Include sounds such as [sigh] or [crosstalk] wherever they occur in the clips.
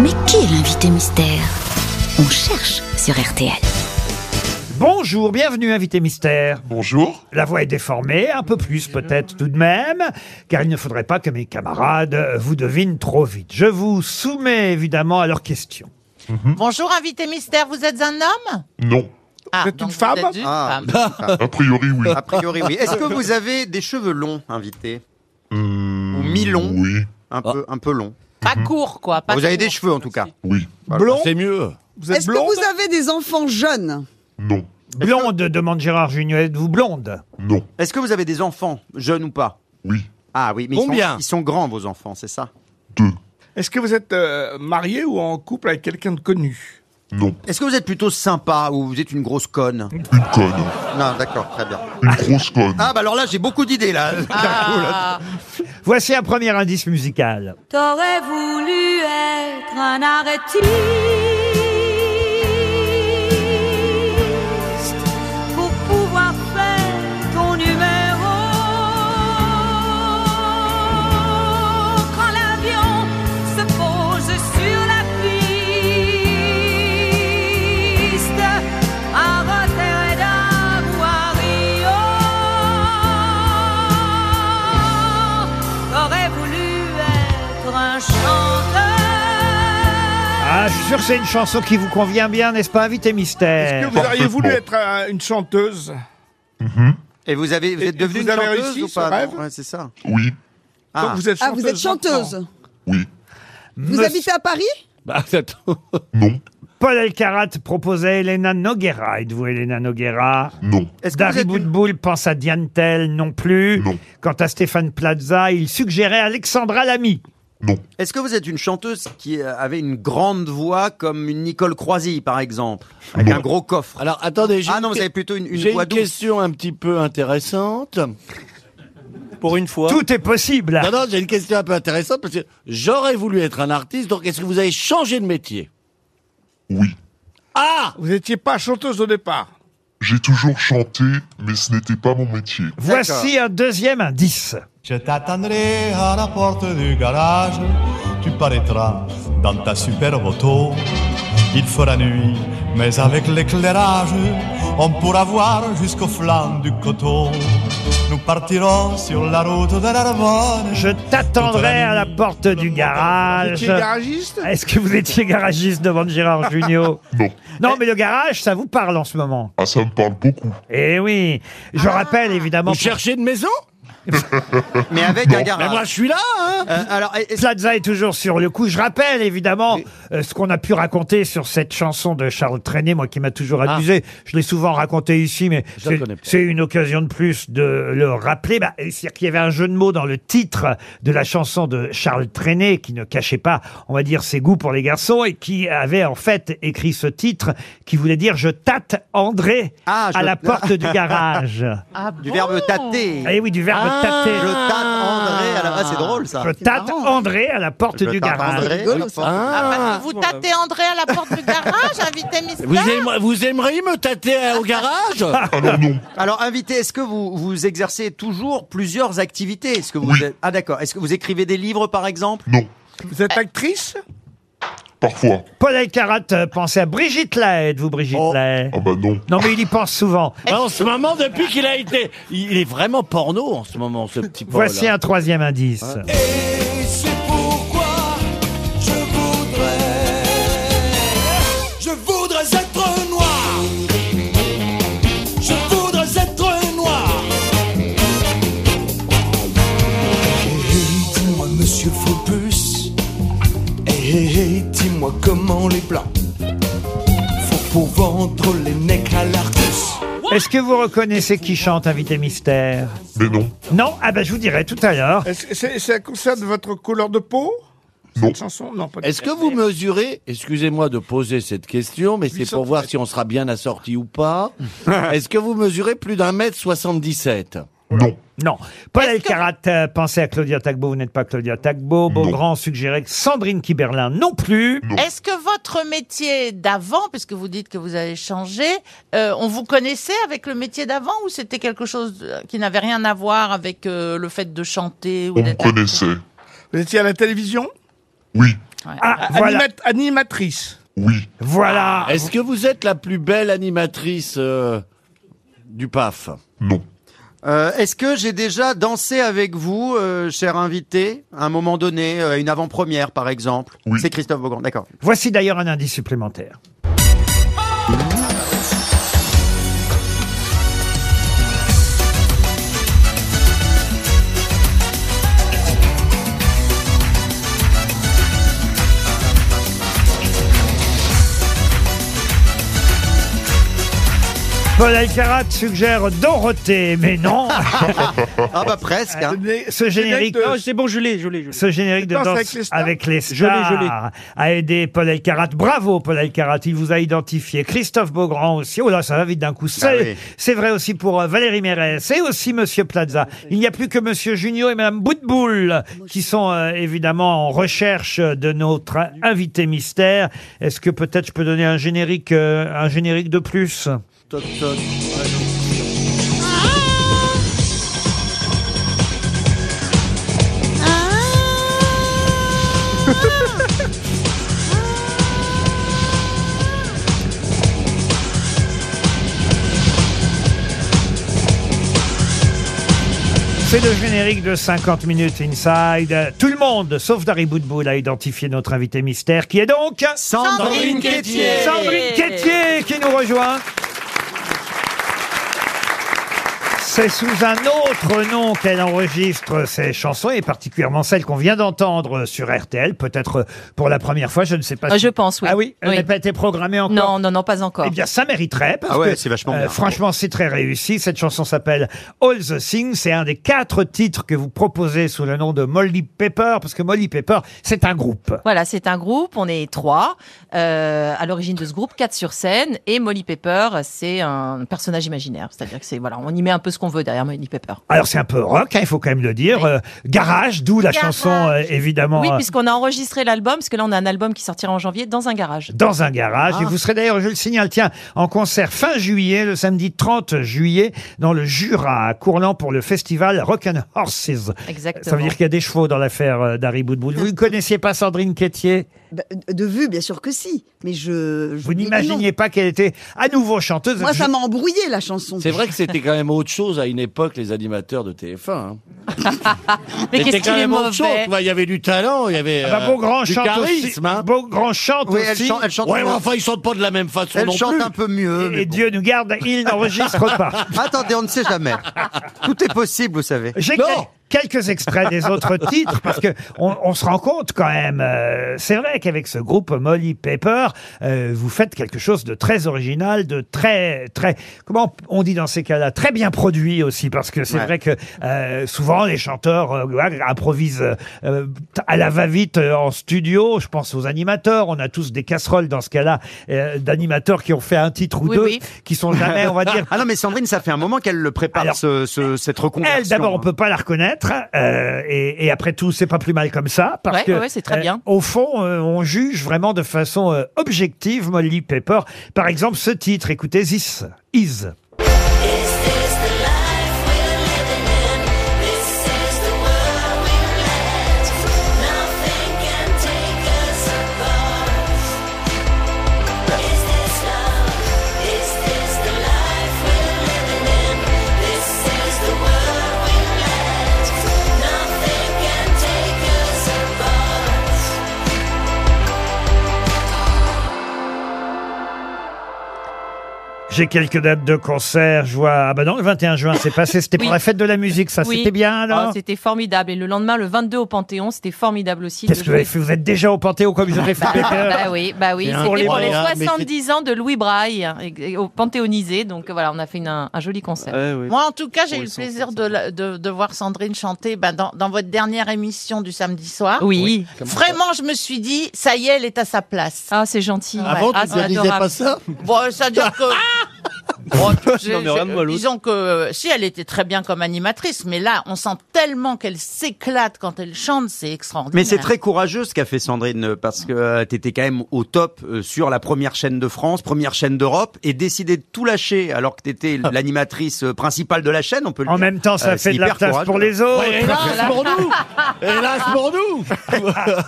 Mais qui est l'invité mystère On cherche sur RTL. Bonjour, bienvenue invité mystère. Bonjour. La voix est déformée, un peu plus peut-être tout de même, car il ne faudrait pas que mes camarades euh, vous devinent trop vite. Je vous soumets évidemment à leurs questions. Bonjour, invité mystère, vous êtes un homme Non. ah, êtes une donc vous femme êtes une Ah. femme. A priori, oui. A priori, oui. Est-ce que vous avez des cheveux longs, invité Hum, Ou mi-long. Oui, un peu, un peu longs. Pas court, quoi. pas Vous avez des court. cheveux, en tout cas. oui. Blond C'est mieux. Vous êtes Est-ce que blonde vous avez des enfants jeunes Non. Blonde, [laughs] demande Gérard Junior, êtes-vous blonde Non. Est-ce que vous avez des enfants, jeunes ou pas Oui. Ah oui, mais ils sont- ils Combien sont, grands, vos enfants, c'est ça Deux. Est-ce que vous êtes euh, marié ou en couple avec quelqu'un de connu Non. Est-ce que vous êtes plutôt sympa ou vous êtes une grosse conne Une conne. Non, d'accord, très bien. Une grosse conne. Ah bah alors là, j'ai beaucoup d'idées, là. Ah. Voici un premier indice musical. T'aurais voulu être un arrêtiste pour pouvoir faire ton numéro. Quand l'avion se pose sur la piste à Rotterdam ou à Rio, t'aurais voulu être un chanteur. Ah, je suis sûr que c'est une chanson qui vous convient bien, n'est-ce pas, invité Est-ce mystère que vous auriez voulu être Parfaitement. euh, une chanteuse Et vous, avez, vous Et- êtes et devenue vous une avez chanteuse réussi ou ce pas rêve Non, ouais, c'est ça. Oui. Ah. Donc vous êtes Ah, chanteuse vous êtes chanteuse. maintenant. Oui. Vous Monsieur habitez à Paris Bah, attends. Non. Paul Elkarat proposait Elena Noguera. Êtes-vous Elena Noguera Non. Est-ce que vous Dari êtes une... Boudboul pense à Diane Tell non plus. Non. Quant à Stéphane Plaza, il suggérait Alexandra Lamy. Non. Est-ce que vous êtes une chanteuse qui euh, avait une grande voix comme une Nicole Croisy, par exemple Avec Non. un gros coffre. Alors, attendez, j'ai Ah une non, vous que- avez plutôt une, j'ai une une voix douce. question un petit peu intéressante. Pour une fois. Tout est possible. Ah. Non, non, j'ai une question un peu intéressante parce que j'aurais voulu être un artiste, donc est-ce que vous avez changé de métier Oui. Ah Vous n'étiez pas chanteuse au départ. J'ai toujours chanté, mais ce n'était pas mon métier. Voici un deuxième indice. Je t'attendrai à la porte du garage, tu paraîtras dans ta superbe auto. Il fera nuit, mais avec l'éclairage, on pourra voir jusqu'au flanc du coteau. Nous partirons sur la route de Narbonne. Je t'attendrai à la porte du Vous garage. étiez garagiste Est-ce que vous étiez garagiste devant Gérard Junior Non. Non, mais le garage, ça vous parle en ce moment. Ah, ça me parle beaucoup. Eh oui. Je rappelle évidemment. Vous cherchez une maison Mais avec un Mais garage. moi, je suis là, hein Euh, alors, est- est-ce- Plaza est toujours sur le coup. Je rappelle évidemment euh, ce qu'on a pu raconter sur cette chanson de Charles Trenet, moi qui m'a toujours amusé. Ah. Je l'ai souvent raconté ici, mais Je la c'est- connais pas. c'est une occasion de plus de le rappeler. Bah, C'est-à-dire qu'il y avait un jeu de mots dans le titre de la chanson de Charles Trenet qui ne cachait pas, on va dire, ses goûts pour les garçons et qui avait en fait écrit ce titre qui voulait dire Je tâte André Ah, je- à la porte du garage. [laughs] Ah du bon verbe tâter. Eh oui, du verbe Ah. tâter. Je tâte André à la base, c'est drôle ça. Je tâte marrant. André à la porte Je du tâte garage. André. Rigolo, Oui, ça. porte- Ah, Ah. parce que vous tâtez André à la porte du garage, invité mystère Ah vous, aimeriez, vous aimeriez me tâter euh, [laughs] au garage Alors Ah, non. Alors invité, est-ce que vous vous exercez toujours plusieurs activités Est-ce que vous Oui. êtes- ah d'accord, est-ce que vous écrivez des livres par exemple Non. Vous êtes actrice Parfois. Paul Elkarat euh, pensez à Brigitte Lahaye, êtes-vous Brigitte Oh. Lahaye Ah bah non. Non mais il y pense souvent. Ouais, En ce moment, depuis qu'il a été... Il est vraiment porno en ce moment, ce petit Paul. Voici un troisième indice. Et c'est pourquoi je voudrais, je voudrais être noir. Je voudrais être noir. Hé, dis-moi, monsieur Phobus. Hé, hé, dis-moi comment les blancs font pour vendre les nègres à l'Argus. Est-ce que vous reconnaissez qui chante Invité Mystère Mais non. Non Ah ben je vous dirai tout à l'heure. Est-ce que c'est- Ça concerne votre couleur de peau Non. Cette chanson Non, pas du Est-ce que vous mesurez, excusez-moi de poser cette question, mais c'est 800 pour voir si on sera bien assorti ou pas, est-ce que vous mesurez plus d'un mètre 77 Non. Non. Paul Elkarat euh, pensez à Claudia Tagbo, vous n'êtes pas Claudia Tagbo. Beaugrand suggérait que Sandrine Kiberlin non plus. Est-ce que votre métier d'avant, puisque vous dites que vous avez changé, euh, on vous connaissait avec le métier d'avant ou c'était quelque chose euh, qui n'avait rien à voir avec euh, le fait de chanter ou On me d'être artiste connaissait. Vous étiez à la télévision Oui. Ah, A- voilà. animat- Animatrice. Ah. Oui. Voilà. Est-ce que vous êtes la plus belle animatrice euh, du PAF Non. Euh, Est-ce que j'ai déjà dansé avec vous, euh, cher invité, à un moment donné, euh, à une avant-première par exemple Oui. C'est Christophe Beaugrand, d'accord. Voici d'ailleurs un indice supplémentaire. Paul Alcarat suggère Dorothée, mais non, Ah bah presque. hein. ce générique... de- c'est bon, je l'ai, je l'ai, je l'ai. Ce générique de Danse danse avec les stars avec les stars Je l'ai, je l'ai. a aidé Paul Elkarat. Bravo Paul Elkarat, il vous a identifié. Christophe Beaugrand aussi. Oh là, ça va vite d'un coup. Ah C'est oui. c'est vrai aussi pour euh, Valérie Mérès et aussi Monsieur Plaza. Il n'y a plus que Monsieur Junio et Madame Boutboul qui sont euh, évidemment en recherche de notre invité mystère. Est-ce que peut-être je peux donner un générique, euh, un générique de plus Toc, toc. C'est le générique de 50 minutes inside. Tout le monde, sauf Dari Boutboul, a identifié notre invité mystère qui est donc... Sandrine Quétier Sandrine Quétier qui nous rejoint. C'est sous un autre nom qu'elle enregistre ses chansons, et particulièrement celle qu'on vient d'entendre sur RTL, peut-être euh, pour la première fois, je ne sais pas. Euh, je pense, oui. Ah oui, elle Oui. n'a pas été programmée encore. Non, non, non, pas encore. Eh bien, ça mériterait. Parce Ah ouais, que, euh, c'est vachement bien. franchement, c'est très réussi. Cette chanson s'appelle All the Things. C'est un des quatre titres que vous proposez sous le nom de Molly Pepper, parce que Molly Pepper, c'est un groupe. Voilà, c'est un groupe, on est trois euh, à l'origine de ce groupe, quatre sur scène, et Molly Pepper, c'est un personnage imaginaire, c'est-à-dire que c'est voilà, on y met un peu ce qu'on veut derrière Molly Pepper. Alors c'est un peu rock, hein, il faut quand même le dire. Oui. Euh, garage, d'où la Garage. chanson euh, évidemment Oui, euh, puisqu'on a enregistré l'album, parce que là on a un album qui sortira en janvier dans un garage. dans un garage. Ah. Et vous serez d'ailleurs, je le signale, tiens, en concert fin juillet, le samedi 30 juillet, dans le Jura, à Courland pour le festival Rock and Horses. Exactement. Ça veut dire qu'il y a des chevaux dans l'affaire euh, d'Harry [laughs] Boudboul. Vous ne connaissiez pas Sandrine Quétier Bah, De vue, bien sûr que si, mais je. je Vous n'imaginiez pas qu'elle était à nouveau chanteuse Moi, ça Je- m'a embrouillé la chanson. C'est vrai que c'était quand même autre chose à une époque, les animateurs de TF1. hein. Mais C'était qu'est-ce qu'il quand est même autre chose, mauvais tu vois, Il y avait du talent, il y avait Ah bah, euh, Beaugrand du chante aussi. charisme. hein. Beaugrand chante Oui, elle aussi. chante, elle chante, Ouais, mais enfin, ils chantent pas de la même façon elle non chante plus. un peu mieux. Et mais bon. Dieu nous garde, il [laughs] n'enregistre pas. Attendez, on ne sait jamais. Tout est possible, vous savez. J'ai Non. quel- quelques extraits des autres titres parce que on, on se rend compte quand même. euh, c'est vrai qu'avec ce groupe Molly Pepper, euh, vous faites quelque chose de très original, de très très comment on dit dans ces cas-là, très bien produit aussi parce que c'est Ouais. vrai que euh, souvent les chanteurs euh, voilà, improvisent euh, à la va-vite euh, en studio. Je pense aux animateurs. On a tous des casseroles dans ce cas-là euh, d'animateurs qui ont fait un titre ou Oui, deux oui. qui sont jamais, on [laughs] va dire, Ah non, mais Sandrine, ça fait un moment qu'elle le prépare, Alors, ce- ce- cette reconversion. elle, Eh, d'abord, on hein. peut pas la reconnaître. euh, et, et après tout, c'est pas plus mal comme ça. Parce Ouais, que, ouais, ouais, c'est très bien. Au fond, euh, on juge vraiment de façon euh, objective Molly Pepper. Par exemple, ce titre, écoutez, Is. Is. J'ai quelques dates de concert. Je vois. Ah bah non, le 21 juin, [laughs] c'est passé. C'était pour Oui. la fête de la musique, ça. Oui. C'était bien Ah, alors C'était formidable. Et le lendemain, le 22 au Panthéon, c'était formidable aussi. de Qu'est-ce que vous jouer avez fait Vous êtes déjà au [laughs] Panthéon comme j'aurais fait Bah oui, bah oui, Bien. c'était Pour pour les les, Bras, mais 70 ans de Louis Braille, hein, et- et au Panthéonisé. Donc euh, voilà, on a fait une- un, un joli concert. Ouais, ouais. Moi, en tout cas, j'ai Pour le eu le sens, plaisir de, la- de, de voir Sandrine chanter ben, dans, dans votre dernière émission du samedi soir. oui. Vraiment, je me suis dit, ça y est, elle est à sa place. Ah, c'est gentil. Ah, Ouais. Avant, ah, tu c'est ne disais adorable. pas ça Bon, ça veut dire que J'ai- mais regarde-moi j'ai- l'autre. Disons que euh, si elle était très bien comme animatrice, mais là, on sent tellement qu'elle s'éclate quand elle chante, c'est extraordinaire. Mais c'est très courageux ce qu'a fait Sandrine euh, parce que euh, t'étais quand même au top euh, sur la première chaîne de France, première chaîne d'Europe et décider de tout lâcher alors que t'étais l'animatrice euh, principale de la chaîne, on peut le Ah. En dire. même temps, ça Euh, fait c'est de la hyper place courageux. pour les autres. Ouais, hélas pour nous. Hélas pour nous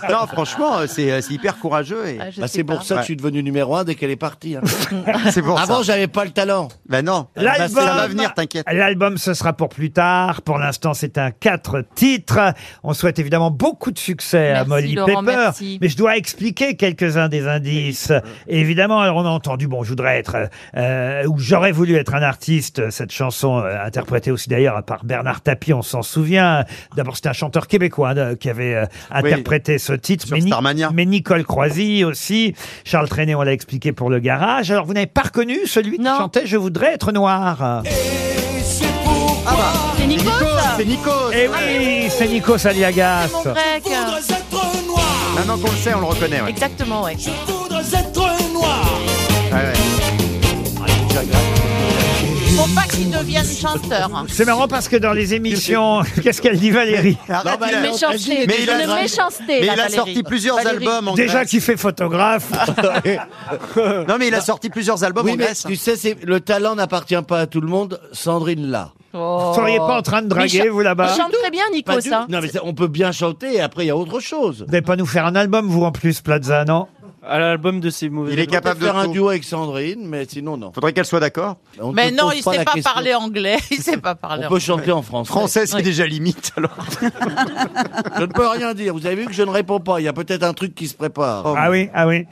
Non, franchement, euh, c'est euh, c'est hyper courageux. Et... Ah, je Bah, sais c'est pour pas. ça que je suis devenu numéro un dès qu'elle est partie. c'est pour ça. hein. Avant, j'avais pas le talent. Ben non. L'album, ça va venir, t'inquiète. L'album, ce sera pour plus tard. Pour l'instant, c'est un quatre titres. On souhaite évidemment beaucoup de succès à Merci, Molly Laurent, Pepper. merci. Mais je dois expliquer quelques-uns des indices. Et évidemment, alors on a entendu, bon, je voudrais être, euh, ou j'aurais voulu être un artiste. Cette chanson, euh, interprétée aussi d'ailleurs par Bernard Tapie, on s'en souvient. D'abord, c'était un chanteur québécois hein, de- qui avait euh, interprété ce titre. Mais, Ni- mais Nicole Croisy aussi. Charles Trenet, on l'a expliqué pour le garage. Alors, vous n'avez pas reconnu celui qui chantait Je voudrais être noir. C'est Nikos C'est Nikos Eh oui, c'est Nikos Aliagas. Mon grec Maintenant qu'on le sait, on le reconnaît. ouais. Exactement, ouais. Je voudrais être noir Ouais, ouais. Faut pas qu'il devienne chanteur. hein. C'est marrant parce que dans les émissions, qu'est-ce qu'elle dit Valérie Arrête, bah, il a- une méchanceté, Mais il a- une méchanceté, mais là, il a Valérie. sorti plusieurs Valérie. albums en Déjà Grèce. qui fait photographe. non mais il a sorti plusieurs albums Oui, en mais Grèce. tu sais, c'est- le talent n'appartient pas à tout le monde. Sandrine là. Oh. Vous seriez pas bah, en train de draguer, Mais il cha- vous, là-bas Il chante très bien, Pas Nikos. du- hein. Non, mais ça, on peut bien chanter et après, il y a autre chose. Vous n'allez pas nous faire un album, vous, en plus, Plaza, non À l'album de ses mauvais. Il est capable de faire un tout. duo avec Sandrine, mais sinon, non. Faudrait qu'elle soit d'accord. On Mais te non, pose il pas sait la pas question. parler anglais. [laughs] Il sait pas parler On peut anglais. chanter en français. Français, c'est déjà limite alors. Je ne peux rien dire. Vous avez vu que je ne réponds pas. Il y a peut-être un truc qui se prépare. Ah oui, ah [laughs] oui.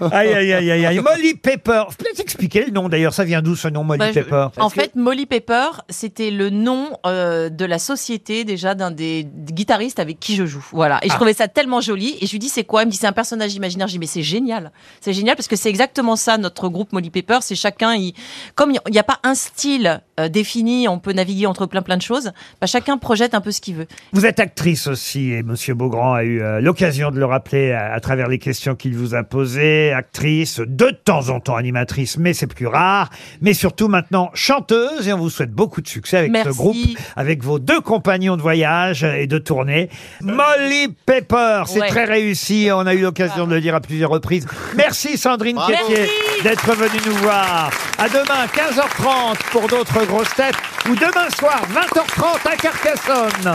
Aïe, aïe, aïe, aïe, aïe. Molly Pepper. Vous pouvez nous expliquer le nom, d'ailleurs. Ça vient d'où, ce nom, Molly Bah, je- Pepper En fait, Molly Pepper, c'était le nom euh, de la société déjà d'un des guitaristes avec qui je joue. Voilà. Et je Ah. trouvais ça tellement joli. Et je lui dis, c'est quoi Elle me dit, c'est un personnage imaginaire. Je dis, mais c'est génial. C'est génial parce que c'est exactement ça, notre groupe Molly Pepper. C'est chacun, il... comme il n'y a pas un style euh, défini, on peut naviguer entre plein plein de choses, bah, chacun projette un peu ce qu'il veut. Vous êtes actrice aussi, et Monsieur Beaugrand a eu euh, l'occasion de le rappeler à, à travers les questions qu'il vous a posées. Actrice, de temps en temps animatrice, mais c'est plus rare. Mais surtout maintenant chanteuse, et on vous souhaite beaucoup de succès avec Merci. ce groupe, avec vos deux compagnons de voyage euh, et de tournée. Molly Pepper, c'est Ouais. très réussi, on a eu l'occasion de le dire à plusieurs reprises. Merci Sandrine Bravo. Quétier d'être venue nous voir. À demain, 15h30 pour d'autres grosses têtes, ou demain soir, 20h30 à Carcassonne.